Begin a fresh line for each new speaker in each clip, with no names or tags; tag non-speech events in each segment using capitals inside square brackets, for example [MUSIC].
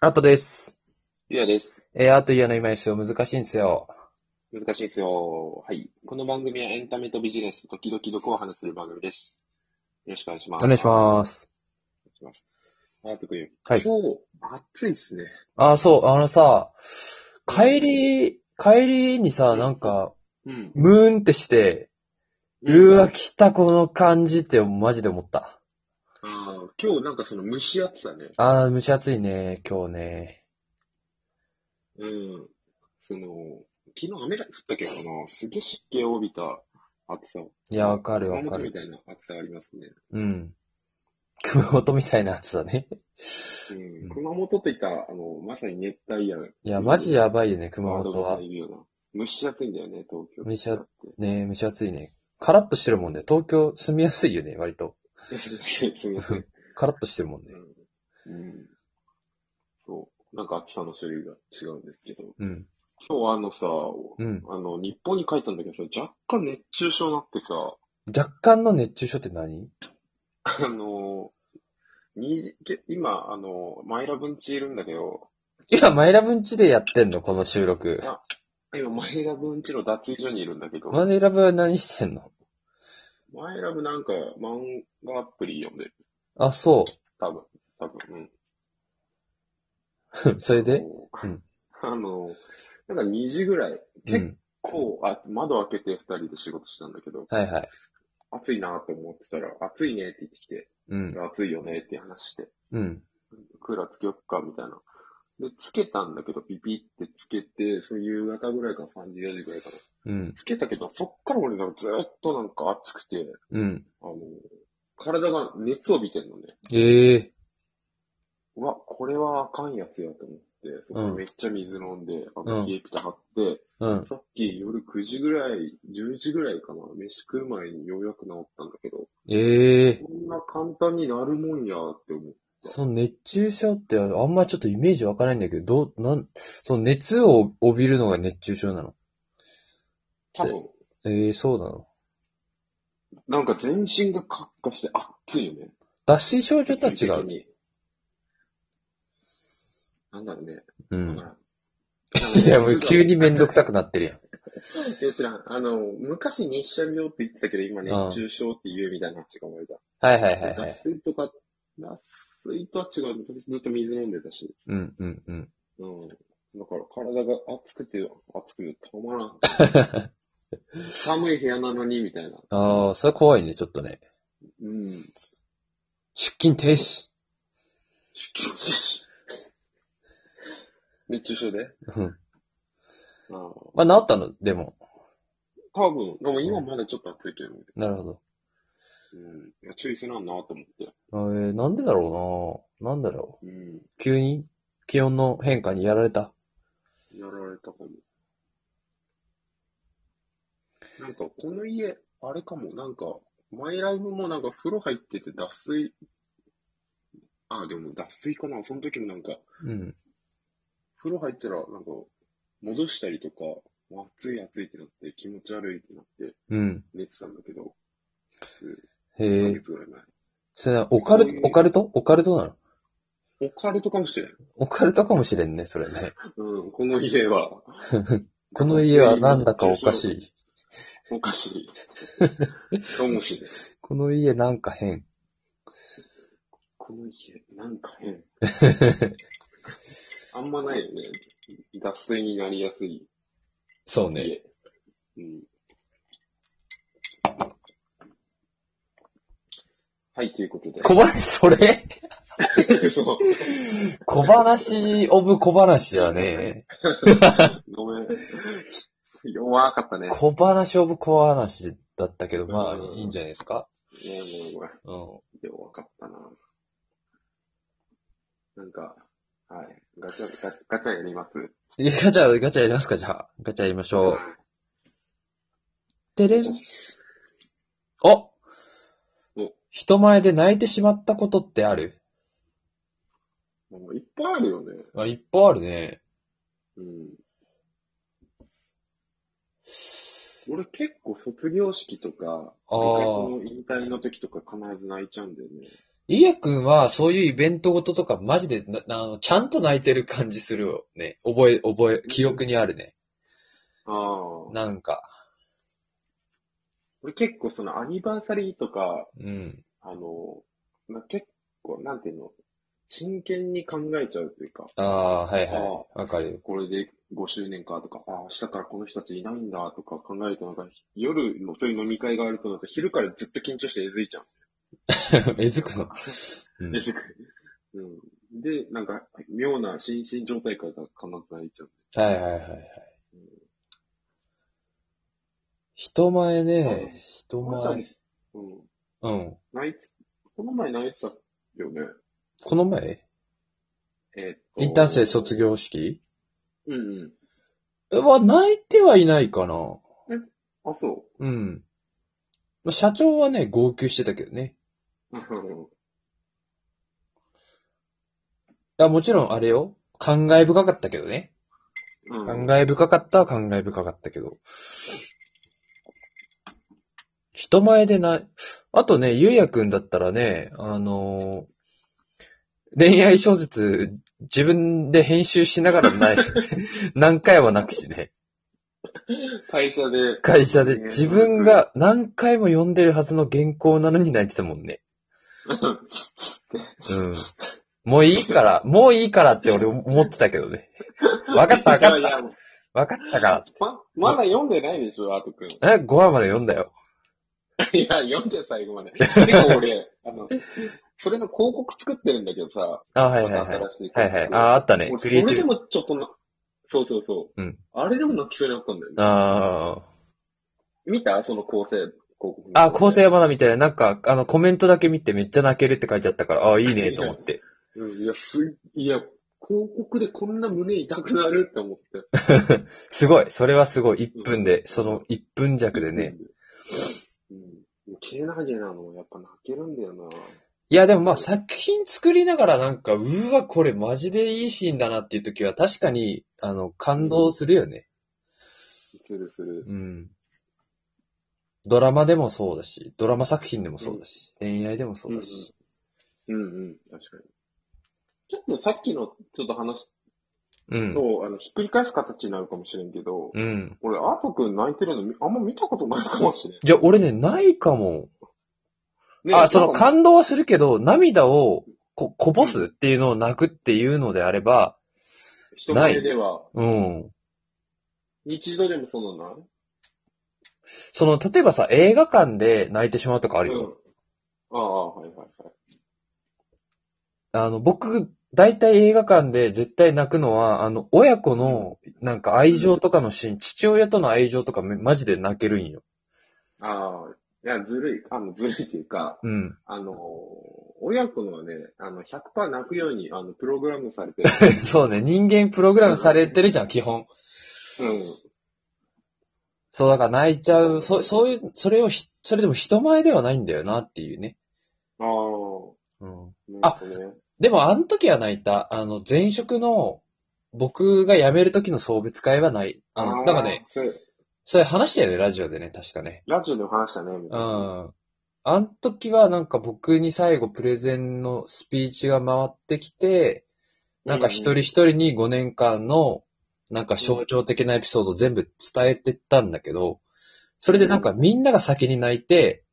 アートです。
ゆうやです。
えー、アートイヤの今ですよ。難しいんですよ。
難しいですよ。はい。この番組はエンタメとビジネス、時々どこを話する番組です。よろしくお願いします。
お願いします。
す。お願いします。あーとくん、
はい
今日、暑いっすね。
あ、そう、あのさ、帰り、帰りにさ、なんか、
うん。
ムーンってして、うわ、来たこの感じってマジで思った。
あー今日なんかその蒸し暑さね。
あー、蒸し暑いね、今日ね。
うん。その、昨日雨が降ったけどな、すげえ湿気を帯びた暑さ。
いや、わかるわ
熊
か
本み
る。
たいな暑さありますね。
うん。熊本みたいなやつだね。
うん。熊本って言ったら、あの、まさに熱帯夜。
いや、マジやばいよね、熊
ワード
本
が
は
入。るような。蒸し暑いんだよね、東京。
蒸し
[LAUGHS]
暑ね蒸し暑いね。カラッとしてるもんね。東京住みやすいよね、割と。
すみません。
カラッとしてるもんね。
うん。そう。なんか暑さの種類が違うんですけど。
うん。
今日あのさ、
うん。
あの、日本に帰ったんだけどさ、若干熱中症になってさ、
若干の熱中症って何
あの、にけ今、あの、マイラブンチいるんだけど、
今、マイラブンチでやってんのこの収録。
あ今、マイラブンチの脱衣所にいるんだけど、
マイラブは何してんの
マイラブなんか漫画アプリ読んでる。
あ、そ
多分、多分、うん。
う。 [LAUGHS] それでうん
[LAUGHS] あの、なんか2時ぐらい、
う
結
ん。
構、あ窓開けて2人で仕事したんだけど、
はいはい。
暑いなと思ってたら、暑いねって言ってきて、
うん。
暑いよねって話して、
うん。
クーラーつけよっかみたいな。で、つけたんだけど、ピピってつけて、その夕方ぐらいから3時、4時ぐらいから。
うん。
つけたけど、そっから俺なんかずっとなんか暑くて、
うん。
あの、体が熱を帯びてんのね。
ええ
うわ、これはあかんやつやと思って、そこでめっちゃ水飲んで、あ
うん
の、冷えピタ張って、
うん。
さっき夜9時ぐらい、10時ぐらいかな、飯食う前にようやく治ったんだけど、
ええ
こんな簡単になるもんやって思う。
その熱中症ってあんまちょっとイメージわからないんだけど、どう、なん、その熱を帯びるのが熱中症なの
多分、
ええそうなの。
なんか全身がカッカして熱いよね。
脱水症状とは違う。
う。なんだろうね。
う
だか
ん。
ら
[LAUGHS] いや、もう急
に。
にめんどくさくなってるやん。
いや知らん。あの、昔熱射病って言ってたけど、今熱中症って言うみたいな話が思い出し
はいはいは
た
いは
脱
い。
水とか、脱水とは違う。ずっと水飲んでたし。
うんうんうん。
うん。だから体が熱くて、熱くてたまらん。
[LAUGHS]
寒い部屋なのに、みたいな。
ああ、それ怖いね、ちょっとね。
うん。
出勤停止。
出勤停止。 [LAUGHS] 熱中症で
うん。
ああ。
まあ、治ったの、でも。
多分、でも今まだちょっと暑いけどね。
なるほど。
うん。いや注意せなんなと思って。
えー、なんでだろうななんだろ
うん。
う。急に気温の変化にやられた。
やられたかも。なんか、この家、あれかも。なんか、マイライフもなんか風呂入ってて脱水。あ、でも脱水かな。その時もなんか、
うん。
風呂入ったら、なんか、戻したりとか、もう暑い暑いってなって、気持ち悪いってなって、
うん。
寝てたんだけど、数
へ
ヶ
え
月。ぐらい前。
それな、オカルト、オカルトオカルトなの
オカルトかもしれん。
オカルトかもしれんね、それね。
うん、この家は。
この家はなんだかおかし
い。
い。
おかしい。かもしれん。
この家なんか変。
この家、なんか変。あんまないよね。脱水になりやすい
そう
家。
ね。
うん。はい、ということで。
小話、それ
そう
小話、オブ小話だね。
[LAUGHS] ごめん。弱かったね。
小話、オブ小話だったけど、まあ、いいんじゃないですか。
ごめんごめんごめん。
うん。
弱かったな。なんか、はい。ガチャ、ガガチャやります。
いやガチャ、ガチャやりますか、じゃあ。ガチャやりましょう。てれん。お
お
人前で泣いてしまったことってある
もういっぱいあるよね。
あ、いっぱいあるね。
うん。俺結構卒業式とか、
あ
部
ー
活の引退の時とか必ず泣いちゃうんだよね。
いやくんは、そういうイベントごととか、マジでな、なあの、ちゃんと泣いてる感じするよね。覚え、覚え、記憶にあるね。
ああ。
なんか、
俺結構そのアニバーサリーとか、
うん。
あの、まあ、結構、なんていうの、真剣に考えちゃうというか、
ああ、はいは
あ
い。わかるよ。 [LAUGHS]
これで5周年かとか、ああ、明日からこの人たちいないんだとか考えると、なんか夜のそういう飲み会があると、なんか昼からずっと緊張してえずいちゃう。
えずくの。うん
えずく。うん。で、なんか、妙な心身状態から必ず泣いちゃう。
はいはいはいはい。人前ね、人
まあ
前。
うん。
うん。
泣いて、この前泣いてたよね。
この前
えーっと。
インターン生卒。業式
うんう
えは、泣いてはいないかな。
ん。あ、そ
うん。まあ社長はね、号泣してたけどね。
う。
あもちろんあれよ。感慨深かったけどね。
うん。
感慨深かったは感慨深かったけど。人前でない。あとね、ゆうやくんだったらね、あのー恋愛小説、自分で編集しながら [LAUGHS] ない、何回もなくしね。
会社で。
会社で自分が何回も読んでるはずの原稿なのに泣いてたもんね。うん。もういいから、もういいからって俺思ってたけどね。わかったわかっ
いやいや
た。わかったから。
ま、まだ読んでないでしょ、アートくん。
え、5話まで読んだよ。
いや、読んで最後まで。てか俺、あの、それの広告作ってるんだけどさ、
あ、はいはい
ま
はい
た。新しい
はいはい。ああ、あったね。
俺
ク
そ
リエイテ
れで
ィブ。
もちょっとな、そうそうそう。
うん
あれでも泣きそうになったんだよね。
あ
見たその構成、広告の
あ。あ、構成。山田みたいな、なんか、あの、コメントだけ見てめっちゃ泣けるって書いてあったから、ああ、いいね、と思って。
うん、いや、す、いや、広告でこんな胸痛くなるって思って。
すごい。それはすごい。1分で、その1分弱でね。。
うん。もう切れなげなの、やっぱ泣けるんだよな。
いや、でもまあ、作品作りながらなんか、うーわ、これマジでいいシーンだなっていう時は、確かに、あの、感動するよね。
するする。
うん。ドラマでもそうだし、ドラマ作品でもそうだし、恋愛でもそうだし。
うんうん、確かに。ちょっとさっきのちょっと話
うん。
と、あの、ひっくり返す形になるかもしれんけど、
うん。
俺、アートくん泣いてるのみあんま見たことないかもしれん。
いや、俺ね、ないかも。
ね
あ、その
なんか
感動はするけど、涙をここぼすっていうのを泣くっていうのであれば、
人前では、
うん。
日常でもそんなのない
その、例えばさ、映画館で泣いてしまうとかあるよ。
うんああ、はいはいはい。
あの、僕、大体映画館で絶対泣くのは、あの、親子の、なんか愛情とかのシーン、父親との愛情とかめマジで泣けるんよ。
ああ、いや、ずるい、あの、ずるいっていうか、
うん。 [LAUGHS]
あのー、親子のはね、あの、100%泣くように、あの、プログラムさ
[LAUGHS]
れてる。
そうね、人間プログラムされてるじゃん、基本。
うん。
そう、だから泣いちゃう、そ、そういう、それをひ、それでも人前ではないんだよなっていうね。
ああ
うん。、
なんかね、
でも、あの時は泣いた。あの、前職の、僕が辞める時の送別会はない。あの、
ー
なんかね、、
それ
それ話したよね、ラジオでね、確かね。
ラジオでも話したね、み
う
たいな。
ん。あの時はなんか僕に最後プレゼンのスピーチが回ってきて、なんか一人一人に5年間の、なんか象徴的なエピソードを全部伝えてったんだけど、それでなんかみんなが先に泣いて、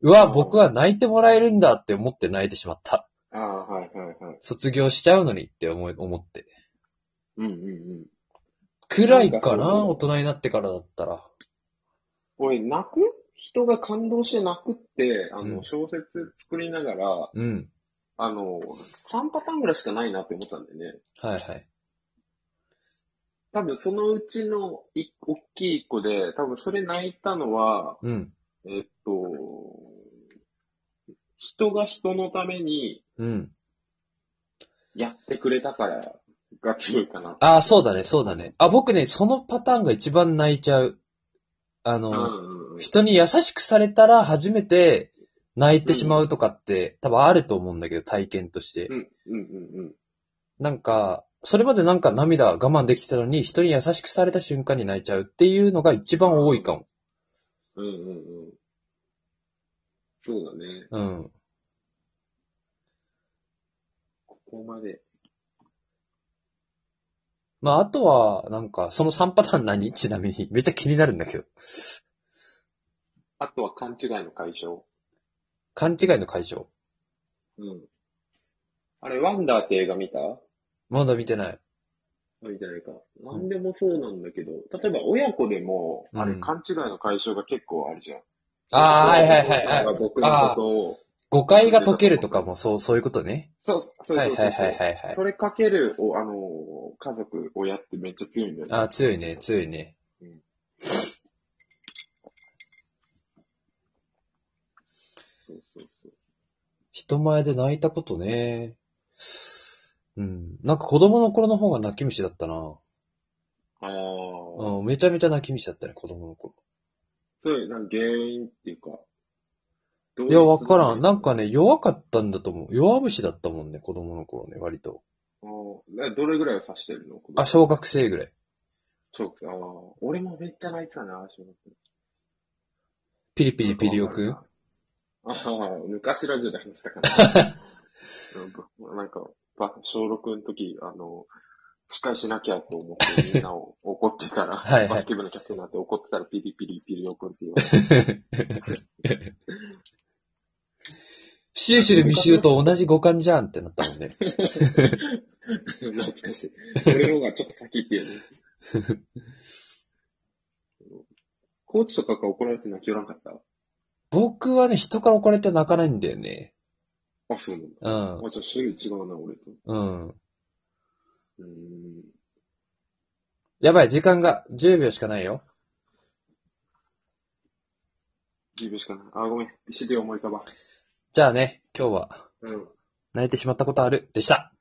うわ、僕は泣いてもらえるんだって思って泣いてしまった。
ああ、はいはいはい。
卒業しちゃうのにって思い、思って。
うんうんうん。
くらいか
なんか
な、
そう
大人になってからだったら。
俺、泣く人が感動して泣くって、あ
うん
の、小説作りながら、
うん。
あの、3パターンぐらいしかないなって思ったんだよね。
はいはい。
多分そのうちの1、大きい1個で、多分それ泣いたのは、
うん。
えっと、人が人のために
うん。
やってくれたからが強いかな。
ああ、そうだね、そうだね。あ、僕ね、そのパターンが一番泣いちゃう。あ
うん
の、
うんうん。
人に優しくされたら初めて泣いてしまうとかって、多分あると思うんだけど、体験として。
うんうんうんうん。
なんか、それまでなんか涙我慢できてたのに、人に優しくされた瞬間に泣いちゃうっていうのが一番多いかも。
うんうんうん。そうだね。
うん。
こまで。
まあ、あとは、なんか、その3パターン何ちなみに。めっちゃ気になるんだけど。
あとは勘違いの解消。
勘違いの解消。
うん。あれ、ワンダーって映画見た
まだ見てない。
みたいか。なんでもそうなんだけど、例えば親子でも、
うん
あれ、勘違いの解消が結構あるじゃん。
ああ、はいはいはいはい。
僕のことを、
誤解が解けるとかも、そう、そういうことね。
そう、そうそう
は
そ
いうは
そう。
いはいはいはい。
それかけるを、あのー、家族、親ってめっちゃ強いんだよね。
ああ、強いね、強いね。
そうそうそう。
人前で泣いたことね。うん。なんか子供の頃の方が泣き虫だったな。
ああ、
うん、めちゃめちゃ泣き虫だったね、子供の頃。
そういう、なんか原因っていうか。どう
いや、わからん。
あ
なんかね、弱かったんだと思う。弱虫だったもんね、子供の頃ね、割と。
ーえどれぐらいを指してるの
あ、小学生ぐらい。
そうああ、俺もめっちゃ泣いてたな、小学生
ピリピリピリオくん。
ああ、昔ラジオで話した
[LAUGHS]
から。うんなんか、ば小6の時、あの、司会しなきゃと思ってみんなを怒ってたら、
はいはい
バスケ部のキャプテンになって怒ってたらピリピリピリオくんって言われて。
シュルシュルミシューと同じ五感じゃんってなったもんね。
[LAUGHS] 懐かしい。俺の方がちょっと先っていうね。 [LAUGHS] コーチとかから怒られて泣きよらんかった
僕はね、人から怒られて泣かないんだよね。
あ、そうなんだ。
うん。
あ、じゃあ種類違うな、俺と。
うん。
うーん。
やばい、時間が10秒しかないよ。
10秒しかない。あ、ごめん。資料思い浮かばん。
じゃあね、今日は
うん。
泣いてしまったことあるでした。